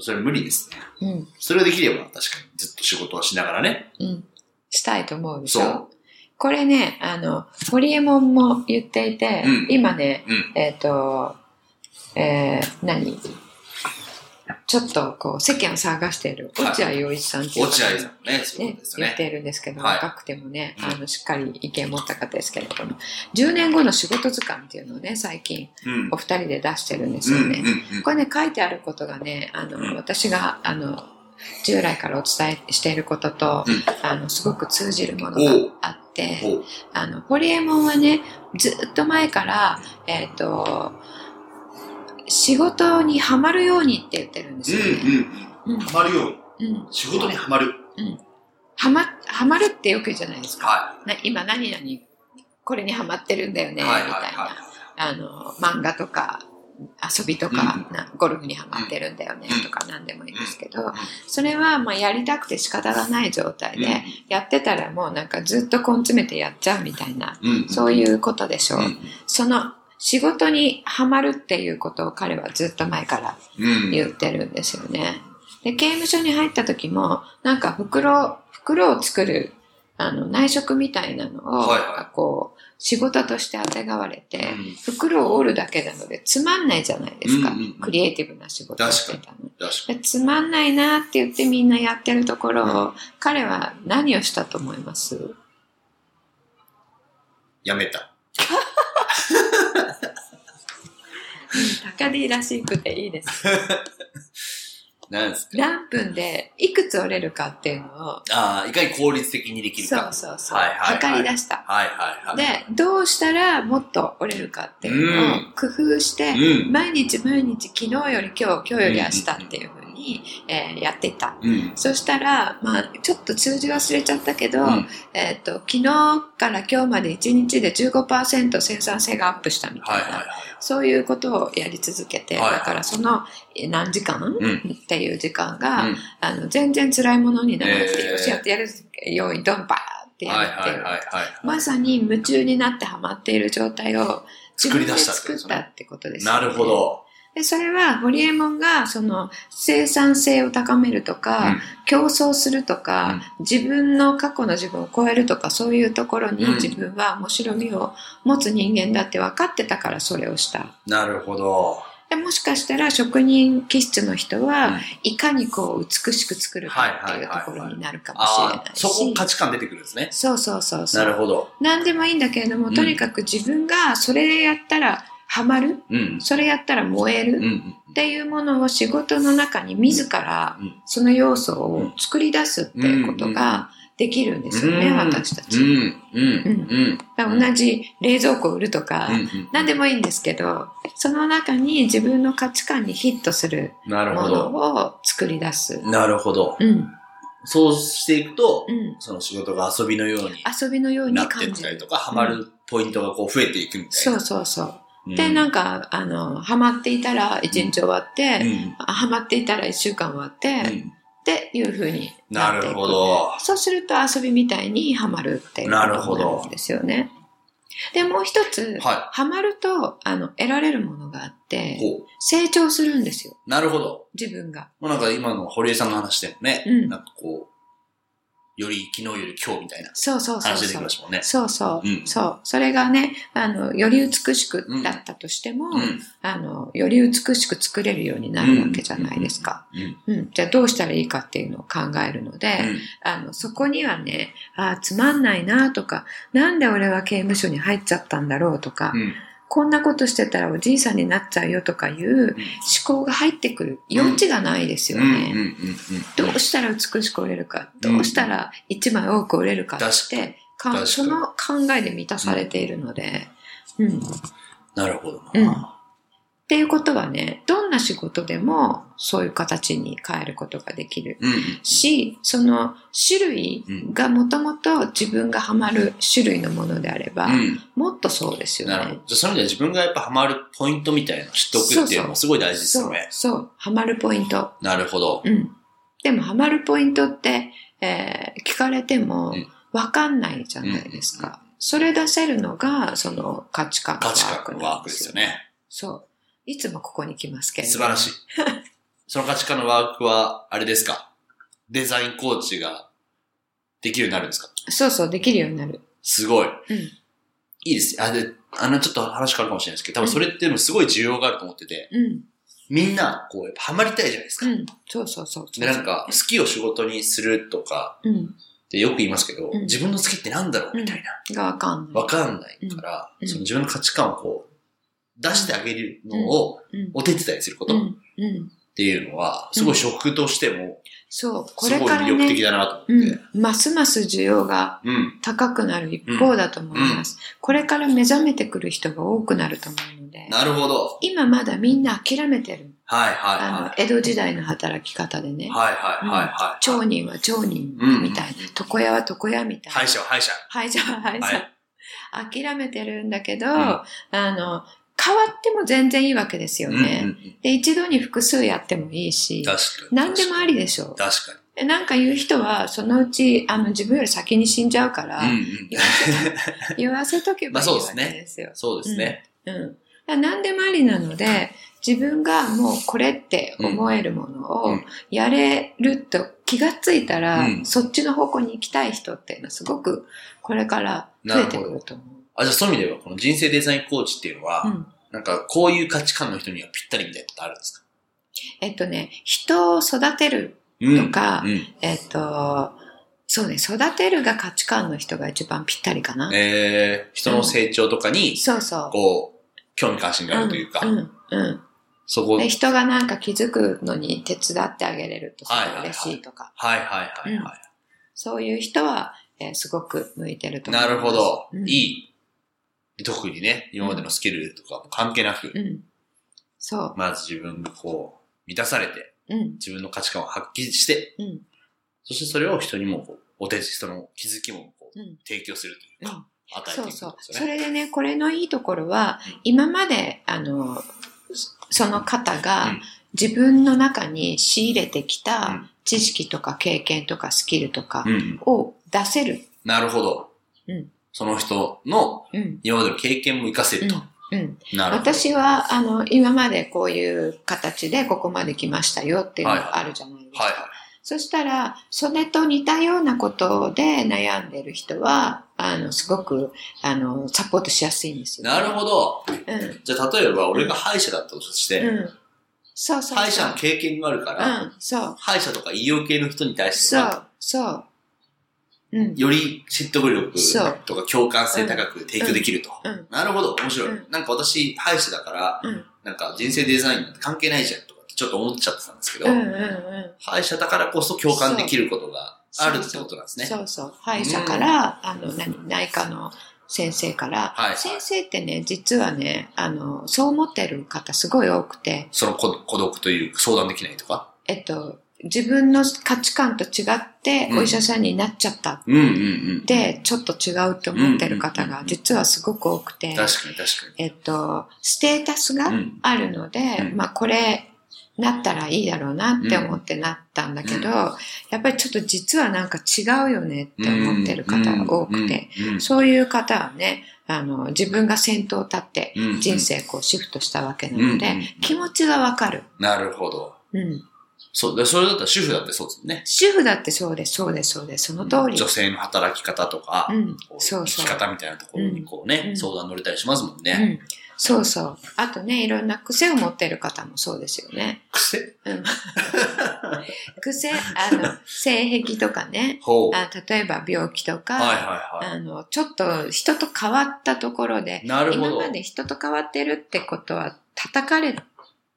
Speaker 3: それ無理ですね。
Speaker 2: うん。
Speaker 3: それができれば確かにずっと仕事をしながらね。
Speaker 2: うん。したいと思うでし
Speaker 3: そ
Speaker 2: ょ
Speaker 3: う。
Speaker 2: これね、あの、ホリエモンも言っていて、
Speaker 3: うん
Speaker 2: 今ね、
Speaker 3: うん
Speaker 2: えっ、と、えー、何ちょっとこう世間を騒がしている
Speaker 3: はい
Speaker 2: 落合陽一さんっていう
Speaker 3: 落合
Speaker 2: 方
Speaker 3: さ
Speaker 2: が
Speaker 3: んもね、そうい
Speaker 2: ね
Speaker 3: うことですよ
Speaker 2: 言っ
Speaker 3: ね。
Speaker 2: ているんですけど、
Speaker 3: はい
Speaker 2: 若くてもね、
Speaker 3: うん
Speaker 2: あの、しっかり意見を持った方ですけれども、10年後の仕事図鑑っていうのをね、最近
Speaker 3: うん。
Speaker 2: お二人で出してるんです
Speaker 3: う
Speaker 2: よ
Speaker 3: ん
Speaker 2: ね。
Speaker 3: うんうん。
Speaker 2: これね、書いてあることがね、あの、
Speaker 3: うん
Speaker 2: 私が、あの、従来からお伝えしていることと、
Speaker 3: うん
Speaker 2: あの、すごく通じるもの
Speaker 3: お
Speaker 2: が
Speaker 3: う
Speaker 2: あって、
Speaker 3: おう
Speaker 2: あの、ホリエモンはね、ずっと前から、えっ、と、仕事にはまるようにって言ってるんですよ
Speaker 3: うん
Speaker 2: ね。
Speaker 3: うんうん。ハマるように。
Speaker 2: うん。うん。
Speaker 3: 仕事にハマる。
Speaker 2: はま、はまるってよく言うじゃないですか。
Speaker 3: は
Speaker 2: な今何々、これにはまってるんだよ
Speaker 3: い。
Speaker 2: ね、み
Speaker 3: は
Speaker 2: た
Speaker 3: い
Speaker 2: い
Speaker 3: はい
Speaker 2: な。
Speaker 3: は
Speaker 2: あの、漫画とか、遊びとか、なゴルフにハマってるんだよね、とか何でもいいですけど、それは、まあ、やりたくて仕方がない状態
Speaker 3: い。
Speaker 2: で、やってたらもうなんかずっと根詰めてやっちゃうみたいな、
Speaker 3: うん。うん。
Speaker 2: そういうことでしょう。
Speaker 3: うん
Speaker 2: その、仕事にハマるっていうことを彼はずっと前から
Speaker 3: うん。
Speaker 2: 言ってるんですよね。で、刑務所に入った時も、なんか袋、袋を作る、あの、内職みたいなのを、
Speaker 3: はいはい
Speaker 2: なんかこう、仕事としてあてがわれて、
Speaker 3: うん
Speaker 2: 袋を折るだけなのでつまんないじゃないですか。
Speaker 3: うんうんうん
Speaker 2: クリエイティブな仕事をしてたの。
Speaker 3: 確か
Speaker 2: でつまんないなって言ってみんなやってるところを、彼は何をしたと思います
Speaker 3: に。やめた。
Speaker 2: 高 D らしくていいです。
Speaker 3: なんですか
Speaker 2: 何分でいくつ折れるかっていうのを、
Speaker 3: ああ、いかに効率的にできる
Speaker 2: そう
Speaker 3: か。
Speaker 2: そうそう、
Speaker 3: はいはいはい
Speaker 2: 測り出した。
Speaker 3: はいはいはい。
Speaker 2: で、どうしたらもっと折れるかっていうのを工夫して、
Speaker 3: うん。
Speaker 2: 毎日毎日昨日より今日、今日より明日っていうふうに、えーやっていた。
Speaker 3: うん。
Speaker 2: そしたら、まあ、ちょっと数字忘れちゃったけど、
Speaker 3: うん
Speaker 2: えっ、と、昨日から今日まで1日で15%生産性がアップしたみた
Speaker 3: はい
Speaker 2: いな、
Speaker 3: はいはい。
Speaker 2: そういうことをやり続けて、
Speaker 3: はいはい
Speaker 2: だからそのえー何時間、
Speaker 3: うん
Speaker 2: っていう時間が、
Speaker 3: うん
Speaker 2: あの、全然辛いものにならなくて、
Speaker 3: えー
Speaker 2: よし、やってやるよ、いどんばーってや
Speaker 3: はい
Speaker 2: るって。
Speaker 3: はいいうはいはい。
Speaker 2: まさに夢中になってハマっている状態を自分で
Speaker 3: 作り出したって
Speaker 2: 作っ
Speaker 3: ことですね
Speaker 2: たってことです、
Speaker 3: なるほ。ど。
Speaker 2: でそれはホリエモンがその生産性を高めるとか、競争するとか、自分の過去の自分を超えるとかそういうところに
Speaker 3: うん
Speaker 2: 自分は面白みを持つ人間だって分かってたからそれをした。
Speaker 3: なるほど。
Speaker 2: でもしかしたら職人気質の人
Speaker 3: うん
Speaker 2: は、いかにこう美しく作るかっていうところになるかもしれ
Speaker 3: あ
Speaker 2: な
Speaker 3: あ、
Speaker 2: いし。
Speaker 3: そこ価値観出てくるんですね。
Speaker 2: そうそうそうそ
Speaker 3: なる
Speaker 2: う。
Speaker 3: ほど。
Speaker 2: 何でもいいんだけれども、
Speaker 3: うん
Speaker 2: とにかく自分がそれやったらハマる、
Speaker 3: うん。
Speaker 2: それやったら燃え
Speaker 3: うんう
Speaker 2: る
Speaker 3: ん。
Speaker 2: っていうものを仕事の中に自ら
Speaker 3: うん
Speaker 2: その要素を作り出すっていうことができるんですよね、
Speaker 3: うん
Speaker 2: 私た
Speaker 3: う
Speaker 2: ち。
Speaker 3: ん。うん。うん。
Speaker 2: だから同じ冷蔵庫を売るとか、
Speaker 3: うん。
Speaker 2: 何でもいいんですけど、その中に自分の価値観にヒットする
Speaker 3: なる
Speaker 2: も
Speaker 3: ほ
Speaker 2: の
Speaker 3: ど。
Speaker 2: を作り出す。
Speaker 3: なるほど。
Speaker 2: うん。
Speaker 3: そうしていくと
Speaker 2: う、ん。
Speaker 3: その仕事が遊びのように
Speaker 2: 遊びのように
Speaker 3: なって
Speaker 2: 感
Speaker 3: っ
Speaker 2: じ
Speaker 3: たり
Speaker 2: る
Speaker 3: と。か、ハマるポイントがこう増えていくみたいな。
Speaker 2: そうそうそう。
Speaker 3: うん
Speaker 2: で、なんか、あの、ハマっていたら一日終わっ
Speaker 3: う
Speaker 2: て、
Speaker 3: ん。
Speaker 2: あハマっていたら一週間終わって、
Speaker 3: う
Speaker 2: っ
Speaker 3: ん
Speaker 2: ていう風に
Speaker 3: な
Speaker 2: なってい
Speaker 3: る
Speaker 2: く。
Speaker 3: ほど。
Speaker 2: そうすると遊びみたいにハマるっていうこ
Speaker 3: なる
Speaker 2: と
Speaker 3: ほ
Speaker 2: に
Speaker 3: ど
Speaker 2: なるんですよね。で、もう一つ、
Speaker 3: は
Speaker 2: ハマると、あの、得られるものがあっ
Speaker 3: い。
Speaker 2: て、
Speaker 3: こ
Speaker 2: 成長するんですよ、
Speaker 3: う。なるほど。
Speaker 2: 自分が。
Speaker 3: もうなんか今の堀江さんの話でもね、
Speaker 2: うん
Speaker 3: なんかこう、より昨日より今日みたいな
Speaker 2: そうそうそう
Speaker 3: 話出
Speaker 2: そ
Speaker 3: てき
Speaker 2: う
Speaker 3: ま。したもんね。
Speaker 2: そうそう、
Speaker 3: うん
Speaker 2: そう。それがね、あの、より美しくだったとしても、
Speaker 3: うん。
Speaker 2: あの、より美しく作れるようになるわけじゃないですか。
Speaker 3: うん。
Speaker 2: うん、じゃあどうしたらいいかっていうのを考えるので、
Speaker 3: うん
Speaker 2: あのそこにはねあーつまんないなとかなんで俺は刑務所に入っちゃったんだろうとか、
Speaker 3: うん。
Speaker 2: こんなことしてたらおじいさんになっちゃうよとかいう思考が入ってくる余地がないですよ
Speaker 3: うん。うん。うん。
Speaker 2: ね。
Speaker 3: うん。
Speaker 2: どうしたら美しく売れるか
Speaker 3: うん
Speaker 2: どうしたら一枚多く売れるかってか
Speaker 3: 確かに
Speaker 2: その考えで満たされているので、うん、
Speaker 3: なるほど
Speaker 2: うん
Speaker 3: な。
Speaker 2: っていうことはねどんな仕事でもそういう形に変えることができる
Speaker 3: うん。
Speaker 2: し、その種類がもともと自分がハマる種類のものであれば、
Speaker 3: うん。
Speaker 2: もっとそうですよ
Speaker 3: なるほ
Speaker 2: ね
Speaker 3: ど。。じゃあそういう意味では自分がやっぱハマるポイントみたいなの知っておくっていうのもすごい大事です
Speaker 2: そ
Speaker 3: よ
Speaker 2: う
Speaker 3: ね、。
Speaker 2: そう、ハマるポイント。
Speaker 3: なるほど。
Speaker 2: うん。でもハマるポイントって、えー聞かれても
Speaker 3: うん
Speaker 2: わかんないじゃないですか。それ出せるのが、その価値観の
Speaker 3: 価
Speaker 2: ワ
Speaker 3: 値
Speaker 2: ー
Speaker 3: 観
Speaker 2: ク
Speaker 3: のワ
Speaker 2: な
Speaker 3: ー
Speaker 2: ん
Speaker 3: ク
Speaker 2: で
Speaker 3: ですす
Speaker 2: よ
Speaker 3: よ
Speaker 2: ね。
Speaker 3: ね。
Speaker 2: そう。いつもここに来ますけれど。
Speaker 3: 素晴らしい
Speaker 2: い。。
Speaker 3: その価値観のワークは、あれですかデザインコーチができるようになるんですか
Speaker 2: そうそう、できるようになる。
Speaker 3: すごい。
Speaker 2: うん
Speaker 3: いいですね。あ、で、あの、ちょっと話変わるかもしれないですけど、多分それってでもすごい需要があると思ってて、
Speaker 2: うん。
Speaker 3: みんな、こう、やっぱハマりたいじゃないです
Speaker 2: う
Speaker 3: か。
Speaker 2: ん。そうそうそう。
Speaker 3: で、なんか、好きを仕事にするとか、
Speaker 2: うん。
Speaker 3: でよく言いますけど、
Speaker 2: うん
Speaker 3: 自分の好きってなんだろうみたいな。
Speaker 2: がわかんない。
Speaker 3: わかんないから、
Speaker 2: うん
Speaker 3: その自分の価値観をこう、出してあげるのを、
Speaker 2: うん。
Speaker 3: お手伝いすること
Speaker 2: う
Speaker 3: っ
Speaker 2: ん。うん。
Speaker 3: ていうのは、すごい職としても、
Speaker 2: そう、こ
Speaker 3: す
Speaker 2: れ
Speaker 3: ごい
Speaker 2: から
Speaker 3: 魅力的
Speaker 2: ね、
Speaker 3: だなと思って。
Speaker 2: うん、ますます需要が
Speaker 3: うん。
Speaker 2: 高くなる一方だと思います。これから目覚めてくる人が多くなると思うので、
Speaker 3: なるほど。
Speaker 2: 今まだみんな諦めてる。
Speaker 3: はいはい
Speaker 2: あの
Speaker 3: は、
Speaker 2: 江戸時代の働き方でね
Speaker 3: い。、はいはいはいはい。
Speaker 2: 町人は町人
Speaker 3: うん
Speaker 2: みたいな、床屋は床屋みたいな。
Speaker 3: 歯医者は歯医者。
Speaker 2: 歯医者は歯医者。
Speaker 3: は
Speaker 2: 諦めてるんだけど、
Speaker 3: ん
Speaker 2: あの、変わっても全然いいわけですよ
Speaker 3: うん
Speaker 2: ね。
Speaker 3: うん
Speaker 2: で、一度に複数やってもいいし、
Speaker 3: 確かに。
Speaker 2: 何でもありでしょう。
Speaker 3: 確か
Speaker 2: でなんか言う人は、そのうち、あの、自分より先に死んじゃうから、
Speaker 3: に。うんうん
Speaker 2: 言わせ言わせとけばいい
Speaker 3: まあ
Speaker 2: わ
Speaker 3: そう
Speaker 2: け
Speaker 3: ですね
Speaker 2: ですよ。
Speaker 3: そうですね。
Speaker 2: うん。だから何でもありなので、自分がもうこれって思えるもの
Speaker 3: う
Speaker 2: を
Speaker 3: ん
Speaker 2: やれると気がついたら、
Speaker 3: うん
Speaker 2: そっちの方向に行きたい人っていうのはすごくこれから増えてくると思
Speaker 3: あ、じゃあそういう意味では、この人生デザインコーチっていうのは、
Speaker 2: う。うん。
Speaker 3: なんかこういう価値観の人にはぴったりみたいなことあるんですか
Speaker 2: えっとね、人を育てる
Speaker 3: う
Speaker 2: とか、
Speaker 3: うん。
Speaker 2: えっと、そうね、育てるが価値観の人が一番ぴったりかな。
Speaker 3: えー、人の成長とかに、
Speaker 2: そうそう。
Speaker 3: こう、興味関心があるというか、
Speaker 2: うん、うん、
Speaker 3: そうこ、
Speaker 2: ん。
Speaker 3: は
Speaker 2: で、
Speaker 3: い
Speaker 2: 人がなんか気づくのに手伝ってあげれるとすごい嬉しいとか、
Speaker 3: はいはいは
Speaker 2: そういう人は、えーすごく向いてる
Speaker 3: い。
Speaker 2: と思い
Speaker 3: な
Speaker 2: ます。
Speaker 3: るほど。
Speaker 2: うん、い。
Speaker 3: いい。特にね、今までのスキルとかも関係なく、
Speaker 2: うん。そ
Speaker 3: まず自分がこう、満たされて、
Speaker 2: う。うん、
Speaker 3: 自分の価値観を発揮して、
Speaker 2: うん、
Speaker 3: そしてそれを人にもこう、お手人の気づきもこう、
Speaker 2: うん
Speaker 3: 提供するとい
Speaker 2: う
Speaker 3: うか、
Speaker 2: ん。
Speaker 3: 与えてい
Speaker 2: そ
Speaker 3: くん
Speaker 2: う
Speaker 3: です
Speaker 2: そ
Speaker 3: よ
Speaker 2: う。そ
Speaker 3: ね。
Speaker 2: れでね、これのいいところは、今まで、あの、そその方
Speaker 3: う
Speaker 2: が
Speaker 3: ん
Speaker 2: 自分の中に仕入れてき
Speaker 3: う
Speaker 2: た
Speaker 3: ん
Speaker 2: 知識とか経験とかスキルとか
Speaker 3: うんうん。
Speaker 2: を出せる。
Speaker 3: なるほど。
Speaker 2: うん
Speaker 3: その人の
Speaker 2: うん。
Speaker 3: 今までの経験も活かせ
Speaker 2: う
Speaker 3: る
Speaker 2: ん
Speaker 3: と。
Speaker 2: うん。
Speaker 3: なるほど。
Speaker 2: 私は、あの、今までこういう形でここまで来ましたよっていうの
Speaker 3: はいはい
Speaker 2: があるじゃないですか。
Speaker 3: はい
Speaker 2: そしたら、それと似たようなことで悩んでる人は、あの、すごく、あの、サポートしやすいんですよ、
Speaker 3: なるほど。
Speaker 2: ど。
Speaker 3: じゃあ、例えば俺が歯医者だったとして、
Speaker 2: うん。うん。そうそうそう。
Speaker 3: 歯医者の経験があるか
Speaker 2: う
Speaker 3: ら、
Speaker 2: ん、そう。
Speaker 3: 歯医者とか医療系の人に対して
Speaker 2: そ
Speaker 3: は
Speaker 2: う、そう。うん。
Speaker 3: より説得力
Speaker 2: そう
Speaker 3: とか共感性高く提供できると。
Speaker 2: うん。
Speaker 3: なるほど、面白い。
Speaker 2: うん
Speaker 3: なんか私、歯医者だから、
Speaker 2: うん
Speaker 3: なんか人生デザインなんて関係ないじゃんとかってちょっと思っちゃってたんですけど、
Speaker 2: うんうんうん。
Speaker 3: 歯医者だからこそ共感できることがあるってことなんですね。
Speaker 2: そうそう。歯医者から、あの、何、内科の先生から、
Speaker 3: はい
Speaker 2: 先生ってね、実はね、あの、そう思ってる方すごい多くて、
Speaker 3: その孤孤独というか相談できないとか。
Speaker 2: えっと、自分の価値観と違って
Speaker 3: うん
Speaker 2: お医者さんになっちゃったっ
Speaker 3: うんうんうん。
Speaker 2: て、ちょっと違うと思ってる方
Speaker 3: うんうんうんう
Speaker 2: が
Speaker 3: ん
Speaker 2: 実はすごく多くて、
Speaker 3: 確かに確かに。
Speaker 2: えっと、ステータスが
Speaker 3: うん
Speaker 2: あるので、
Speaker 3: うん
Speaker 2: まあこれ、なったらいいだろうなって思ってなったんだけど、
Speaker 3: うん
Speaker 2: やっぱりちょっと実はなんか違うよねって思ってる方が多くて、
Speaker 3: うん。うん
Speaker 2: そういう方はね、あの、自分が先頭を立って
Speaker 3: うんうん
Speaker 2: 人生こうシフトしたわけな
Speaker 3: うんう
Speaker 2: の
Speaker 3: ん
Speaker 2: で、気持ちがわかる。
Speaker 3: なるほど。
Speaker 2: うん。
Speaker 3: そう、でそれだったら主婦だってそうですもんね。
Speaker 2: 主婦だってそうです、そうです、そうです、その通り。
Speaker 3: 女性の働き方とか、
Speaker 2: うん
Speaker 3: こ。う
Speaker 2: そうそ
Speaker 3: 生き
Speaker 2: う。
Speaker 3: 方みたいなところにこうね、
Speaker 2: うん
Speaker 3: 相談乗れたりしますもん
Speaker 2: う
Speaker 3: ね。
Speaker 2: ん。そうそう。あとね、いろんな癖を持ってる方もそうですよね。
Speaker 3: 癖
Speaker 2: うん。 癖、あの、性癖とかね。
Speaker 3: ほう。はい
Speaker 2: あ例えば病気とか、
Speaker 3: はいは
Speaker 2: あの、ちょっと人と変わったところで
Speaker 3: い。、なるほ
Speaker 2: 今
Speaker 3: ど。
Speaker 2: まで人と変わってるってことは叩かれ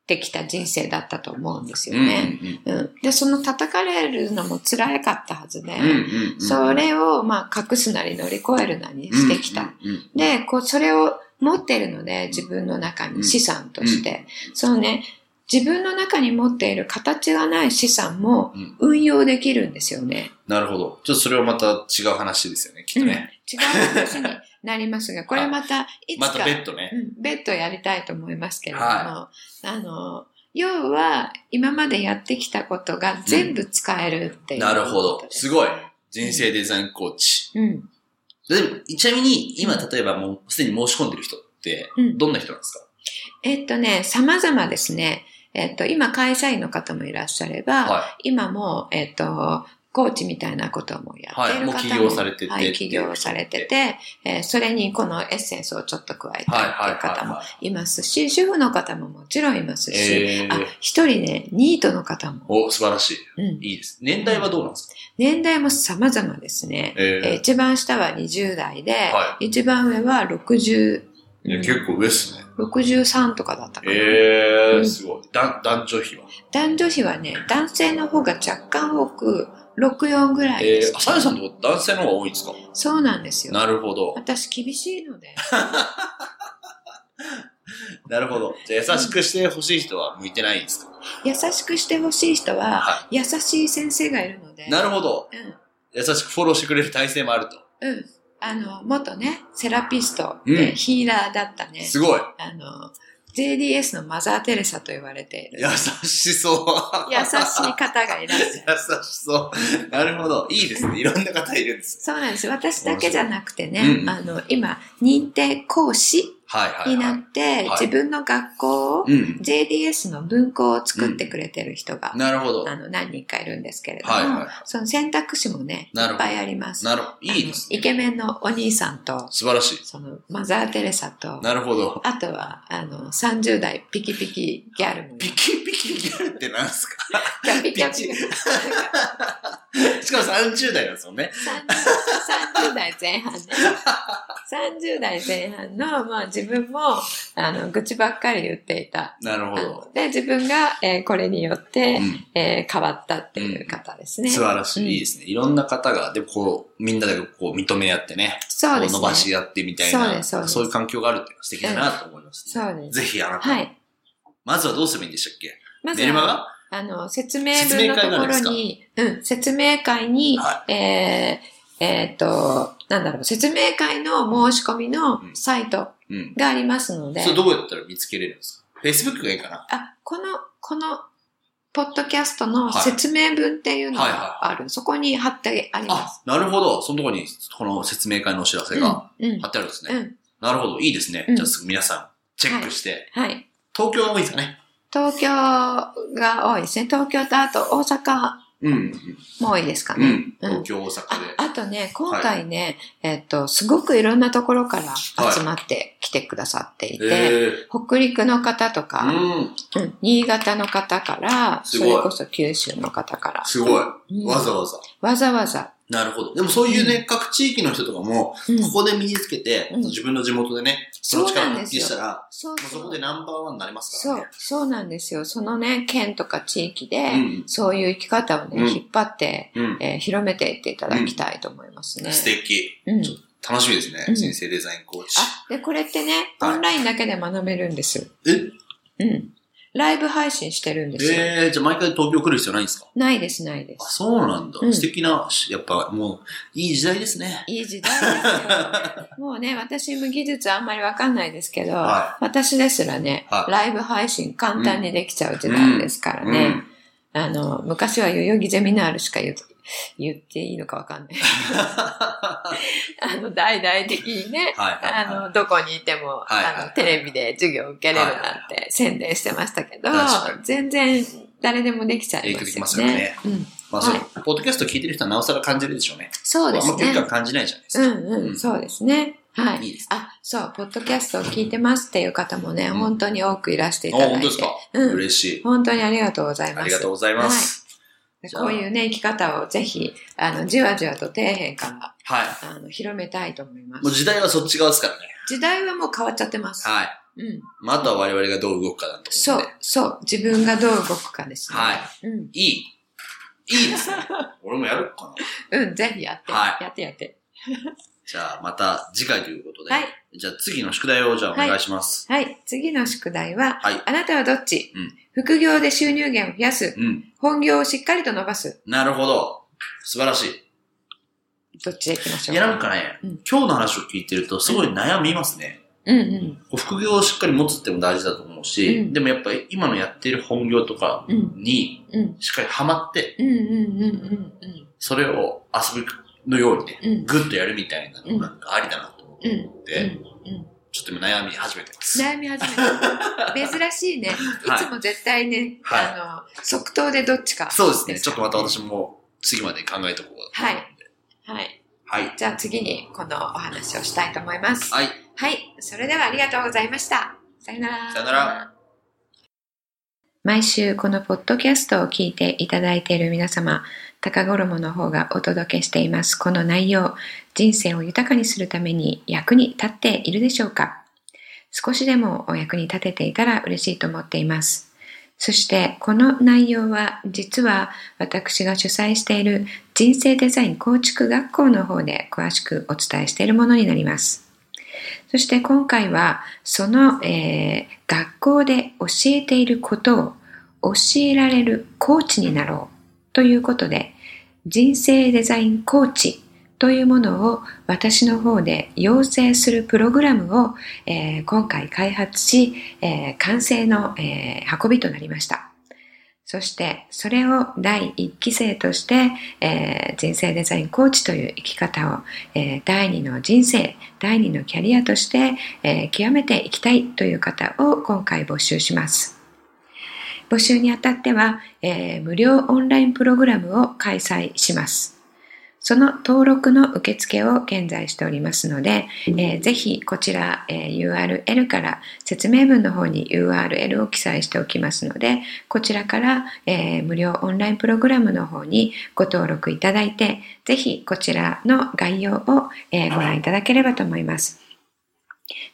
Speaker 2: てきた人生だったと思うんですよね。
Speaker 3: うんうん
Speaker 2: うんで、その叩かれるのも辛かったはずで、
Speaker 3: うんうんうん
Speaker 2: それをまあ隠すなり乗り越えるなりしてきた。。
Speaker 3: うんうん
Speaker 2: で、こう、それを持ってるので、自分の中に資産として、そのね、自分の中に持っている形がない資産も
Speaker 3: うん
Speaker 2: 運用できるんですよね。
Speaker 3: なるほど。ちょっとそれはまた違う話ですよね、きっとね。
Speaker 2: 違う話になります が、これまたいつか、
Speaker 3: また別途ね。
Speaker 2: うん、別途やりたいと思いますけれども、
Speaker 3: は
Speaker 2: あの、要は今までやってきたことが全部使えるっていう、
Speaker 3: なるほど。すごい。人生
Speaker 2: で。
Speaker 3: デザインコーチ。
Speaker 2: うん。
Speaker 3: でも、ちなみに、今、例えばもう、すでに申し込んでる人って
Speaker 2: うん、
Speaker 3: どんな人なんですか、
Speaker 2: えっとね、様々ですね。えっと、今会社員の方もいらっしゃれば、
Speaker 3: は
Speaker 2: 今も、えっと、コーチみたいなこともやっている方も、
Speaker 3: はいもう起業されてて
Speaker 2: はい、起業されてて、えーそれにこのエッセンスをちょっと加え
Speaker 3: い。
Speaker 2: た
Speaker 3: はい、
Speaker 2: って
Speaker 3: はいいうはい
Speaker 2: 方も
Speaker 3: はい
Speaker 2: ますし、主婦の方ももちろんいます
Speaker 3: い。
Speaker 2: し、
Speaker 3: え
Speaker 2: あ
Speaker 3: ー、、
Speaker 2: 一人ね、ニートの方も、
Speaker 3: お、素晴らしい。
Speaker 2: うん、
Speaker 3: いいです。年代はどうなんですか、
Speaker 2: 年代も様々ですね。
Speaker 3: え
Speaker 2: えー一番下は20代で、
Speaker 3: は
Speaker 2: 一番上は60、
Speaker 3: いや
Speaker 2: うん
Speaker 3: 構上っすね。
Speaker 2: 63とかだったかな、
Speaker 3: え
Speaker 2: う
Speaker 3: ー、
Speaker 2: ん
Speaker 3: すごい。だ男女比は。
Speaker 2: 男女比はね、男性の方が若干多く、64ぐらい
Speaker 3: え
Speaker 2: です
Speaker 3: ー、。あさやさんとこ男性の方が多いんですか
Speaker 2: そうなんですよ。
Speaker 3: なるほど。
Speaker 2: 私厳しいので。
Speaker 3: なるほど。じゃあ優しくしてほしい人は向いてないんですか、
Speaker 2: 優しくしてほしい人は、
Speaker 3: は
Speaker 2: 優しい先生がいるので。
Speaker 3: い。なるほど。
Speaker 2: うん
Speaker 3: 優しくフォローしてくれる体制もあると。
Speaker 2: うん。あの、元ね、セラピストで、
Speaker 3: うん
Speaker 2: ヒーラーだったね、
Speaker 3: すごい。
Speaker 2: あの、JDS のマザー・テレサと言われている
Speaker 3: 優しそう。
Speaker 2: 優しい方がいらっしゃ る。
Speaker 3: 優しそう。なるほど。いいですね。いろんな方いるんです。
Speaker 2: そうなんです。私だけじゃなくてね、
Speaker 3: うんうん
Speaker 2: あの、今、認定講師
Speaker 3: はいはい、はい。
Speaker 2: になって、
Speaker 3: い
Speaker 2: 自分の学校を、
Speaker 3: うん。
Speaker 2: JDS の文庫を作ってくれてる人が、
Speaker 3: なるほど。
Speaker 2: あ
Speaker 3: な
Speaker 2: の、何人かいるんですけれども、
Speaker 3: はいはい
Speaker 2: その選択肢もね、い
Speaker 3: なる
Speaker 2: っ
Speaker 3: ほど
Speaker 2: ぱいあります。
Speaker 3: るほど。いいです
Speaker 2: あのイケメンのお兄さんと、
Speaker 3: 素晴らしい。
Speaker 2: その、マザー・テレサと、
Speaker 3: なるほど。
Speaker 2: あとは、あの、30代ピキピキギャルもいる
Speaker 3: ピキピキギャルってなんですか
Speaker 2: ピカピカピカ
Speaker 3: しかも30代なんですもんね。
Speaker 2: 30代前半ね。30代前半の、まあ自分も、あの、愚痴ばっかり言っていた。
Speaker 3: なるほ
Speaker 2: あ
Speaker 3: ど。
Speaker 2: ので、自分が、えーこれによって、
Speaker 3: うん
Speaker 2: えー変わったっていう方ですね。
Speaker 3: 素晴らし
Speaker 2: うん
Speaker 3: い。いいですね。いろんな方が、でもこう、みんなでこう認め合ってね、
Speaker 2: そうですね。
Speaker 3: こ伸ばし合ってみたいな
Speaker 2: そうですそうです
Speaker 3: いう環境があるっていうのは素敵だなと思います、
Speaker 2: そうです。
Speaker 3: ぜひあなた、
Speaker 2: はい。
Speaker 3: まずはどうすればいいんでしたっけ
Speaker 2: まず
Speaker 3: メルマ
Speaker 2: は、
Speaker 3: ガ
Speaker 2: あの、説明文のところに、うん、説明会に、
Speaker 3: は
Speaker 2: えーえーっと、なんだろう、説明会の申し込みの
Speaker 3: うん
Speaker 2: サイト
Speaker 3: うん。
Speaker 2: がありますので、
Speaker 3: それどうやったら見つけれるんですか ?Facebook がいいかな
Speaker 2: あ、この、この、ポッドキャストの説明文っていうの
Speaker 3: はいはいは
Speaker 2: がある。そこに貼ってあります。
Speaker 3: あ、なるほど。そのとこに、この説明会のお知らせが
Speaker 2: うん。うん
Speaker 3: 貼ってあるんですね。
Speaker 2: うん
Speaker 3: なるほど。いいですね。
Speaker 2: うん
Speaker 3: じゃあ、すぐ皆さチェックして、
Speaker 2: はい。
Speaker 3: 東京が多いんですかね。
Speaker 2: 東京が多いですね。東京とあと大阪
Speaker 3: うん、
Speaker 2: も多いですか
Speaker 3: うん、う
Speaker 2: ね。
Speaker 3: ん。東京、大阪で。
Speaker 2: ああとね、今回ね、えっと、すごくいろんなところから集まってきてくださっていて、
Speaker 3: え
Speaker 2: 北陸の方と
Speaker 3: ー、
Speaker 2: か、
Speaker 3: うん、
Speaker 2: うん新潟の方から、
Speaker 3: す
Speaker 2: そ
Speaker 3: ごい
Speaker 2: れこそ九州の方から、
Speaker 3: すご
Speaker 2: う
Speaker 3: い。
Speaker 2: ん
Speaker 3: わざわざ。
Speaker 2: わざわざ、
Speaker 3: なるほど。でもそういうね、各地域の人とかも、
Speaker 2: うん
Speaker 3: ここで身につけて、
Speaker 2: うん
Speaker 3: 自分の地元でね、その
Speaker 2: そう
Speaker 3: 力
Speaker 2: な
Speaker 3: を
Speaker 2: ん
Speaker 3: 発
Speaker 2: で
Speaker 3: 揮
Speaker 2: す
Speaker 3: し
Speaker 2: よ
Speaker 3: た。ら、
Speaker 2: そう
Speaker 3: もうそ
Speaker 2: そ
Speaker 3: こ
Speaker 2: う
Speaker 3: でナンバーワンになりますか
Speaker 2: そ
Speaker 3: ら
Speaker 2: う
Speaker 3: ね。、
Speaker 2: そうなんですよ。そのね、県とか地域で、
Speaker 3: うん
Speaker 2: そういう生き方をね、
Speaker 3: うん
Speaker 2: 引っ張って、
Speaker 3: うん。
Speaker 2: えー広めていっていただきたいと思いますね。
Speaker 3: 素敵。
Speaker 2: うん
Speaker 3: ちょっ楽しみですね。
Speaker 2: うん
Speaker 3: 人生デザインコーチ。
Speaker 2: あ、で、これってね、オ
Speaker 3: はい
Speaker 2: ンラインだけで学べるんです。
Speaker 3: え
Speaker 2: うん。ライブ配信してるんですよ。
Speaker 3: えー、じゃあ毎回東京来る必要ないんですか
Speaker 2: ないです、ないで
Speaker 3: あ、
Speaker 2: す。
Speaker 3: そうなんだ。
Speaker 2: うん
Speaker 3: 素敵な、しやっぱもう、いい時代ですね。
Speaker 2: いい時代で すよ。もうね、私も技術あんまりわかんないですけど、
Speaker 3: は
Speaker 2: 私ですらね、
Speaker 3: はい
Speaker 2: ライブ配信簡単にできちゃう時代ですからね。
Speaker 3: うん
Speaker 2: あの、昔は代々木ゼミナールしか言う言っていいのかわかんない。
Speaker 3: は
Speaker 2: あの、大々的にね
Speaker 3: い、はい
Speaker 2: あ
Speaker 3: は
Speaker 2: の、どこにいても、
Speaker 3: はいはいはい
Speaker 2: あの、テレビで授業を受けれるなんて宣伝してましたけど、
Speaker 3: 確かに
Speaker 2: 全然誰でもできちゃいま
Speaker 3: できますす
Speaker 2: よ
Speaker 3: よ
Speaker 2: ね。
Speaker 3: ね
Speaker 2: うん、
Speaker 3: い。まあそう
Speaker 2: はい
Speaker 3: ポッドキャスト聞いてる人はなおさら感じるでしょうね。
Speaker 2: そうです
Speaker 3: あんま距
Speaker 2: ね
Speaker 3: 離感。感じないじゃないです
Speaker 2: う
Speaker 3: か。
Speaker 2: んうん、そうですね。はいい。
Speaker 3: いです。
Speaker 2: あ、そう、ポッドキャストを聞いてますっていう方もね、
Speaker 3: うん
Speaker 2: 本当に多くいらしてい
Speaker 3: あ、
Speaker 2: ただいて。
Speaker 3: 本当ですか
Speaker 2: うん
Speaker 3: 嬉しい。
Speaker 2: 本当にありがとうございます。
Speaker 3: ありがとうございます。じゃあ
Speaker 2: こういうね、生き方をぜひ、あの、じわじわと底辺から、
Speaker 3: はい。
Speaker 2: あの、広めたいと思います
Speaker 3: もう。時代はそっち側ですからね。
Speaker 2: 時代はもう変わっちゃってます。
Speaker 3: はい。
Speaker 2: うん。
Speaker 3: まあ、あとは我々がどう動くかだと
Speaker 2: そ
Speaker 3: 思
Speaker 2: う
Speaker 3: うんで。、
Speaker 2: そう。自分がどう動くかですね。
Speaker 3: はい。
Speaker 2: うん。
Speaker 3: いい。いいです ね。俺もやるかな。
Speaker 2: うん、ぜひやって。
Speaker 3: は
Speaker 2: やってやって。
Speaker 3: じゃあ、また次回ということで。
Speaker 2: はい。
Speaker 3: じゃあ、次の宿題をじゃあお願いします。
Speaker 2: はい。次の宿題は、
Speaker 3: はい
Speaker 2: あなたはどっち、
Speaker 3: うん
Speaker 2: 副業で収入源を増やす。
Speaker 3: うん。
Speaker 2: 本業をしっかりと伸ばす。
Speaker 3: なるほど。素晴らしい。
Speaker 2: どっちでいきましょ
Speaker 3: いうや、なんかね、
Speaker 2: うん
Speaker 3: 今日の話を聞いてると、すごい悩みますね。
Speaker 2: うんうん。
Speaker 3: こう副業をしっかり持つっても大事だと思うし、
Speaker 2: うん
Speaker 3: でもやっぱり今のやってる本業とか
Speaker 2: うん
Speaker 3: に
Speaker 2: うん。
Speaker 3: しっかりハマって、
Speaker 2: うんうんうんうんうん。
Speaker 3: それを遊びのようにね、
Speaker 2: うん
Speaker 3: ぐっとやるみたいなのなんかありだなと思っ
Speaker 2: うん
Speaker 3: て、
Speaker 2: うんうん
Speaker 3: ちょっと今悩み始めてます。
Speaker 2: 悩み始めた。珍しいね。いつも絶対ね、
Speaker 3: はい
Speaker 2: あの、即答でどっちか。
Speaker 3: そうですね。ちょっとまた私も次まで考えとこう。
Speaker 2: はい。はい。
Speaker 3: はい。
Speaker 2: じゃあ次にこのお話をしたいと思います。
Speaker 3: はい。
Speaker 2: はい、それではありがとうございました。さよなら。
Speaker 3: さよなら。
Speaker 2: 毎週このポッドキャストを聞いていただいている皆様、高衣の方がお届けしています。この内容、人生を豊かにするために役に立っているでしょうか少しでもお役に立てていたら嬉しいと思っています。そしてこの内容は実は私が主催している人生デザイン構築学校の方で詳しくお伝えしているものになります。そして今回はその、えー学校で教えていることを教えられるコーチになろうということで人生デザインコーチというものを私の方で養成するプログラムを、えー今回開発し、えー完成の、えー運びとなりました。そしてそれを第1期生として、えー人生デザインコーチという生き方を、えー第2の人生第2のキャリアとして、えー極めていきたいという方を今回募集します。募集にあたっては、えー無料オンラインプログラムを開催します。その登録の受付を現在しておりますので、えーぜひこちら、えー URL から説明文の方に URL を記載しておきますので、こちらから、えー無料オンラインプログラムの方にご登録いただいて、ぜひこちらの概要を、えーご覧いただければと思います。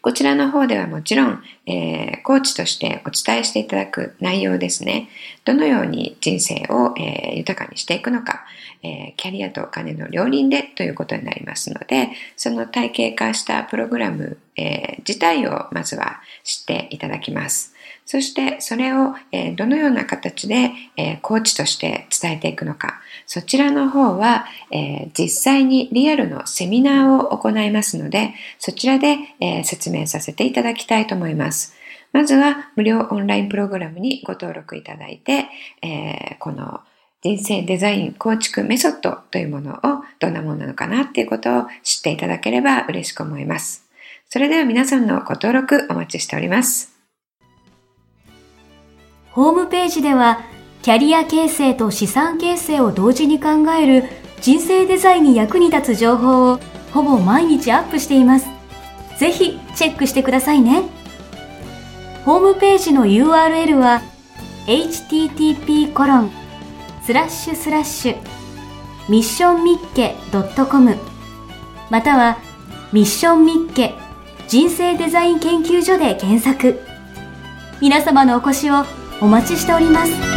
Speaker 2: こちらの方ではもちろん、えーコーチとしてお伝えしていただく内容ですね。どのように人生を、えー豊かにしていくのか、えーキャリアとお金の両輪でということになりますので、その体系化したプログラム、えー自体をまずは知っていただきます。そしてそれを、えーどのような形で、えーコーチとして伝えていくのか、そちらの方は、えー実際にリアルのセミナーを行いますので、そちらで、えー説明させていただきたいと思います。まずは無料オンラインプログラムにご登録いただいて、えーこの人生デザイン構築メソッドというものをどんなものなのかなっていうことを知っていただければ嬉しく思います。それでは皆さんのご登録お待ちしております。
Speaker 1: ホームページでは、キャリア形成と資産形成を同時に考える人生デザインに役に立つ情報をほぼ毎日アップしています。ぜひチェックしてくださいね。ホームページの URL は http コロンスラッシュスラッシュミッションミッケ .com またはミッションミッケ人生デザイン研究所で検索。皆様のお越しをお待ちしております。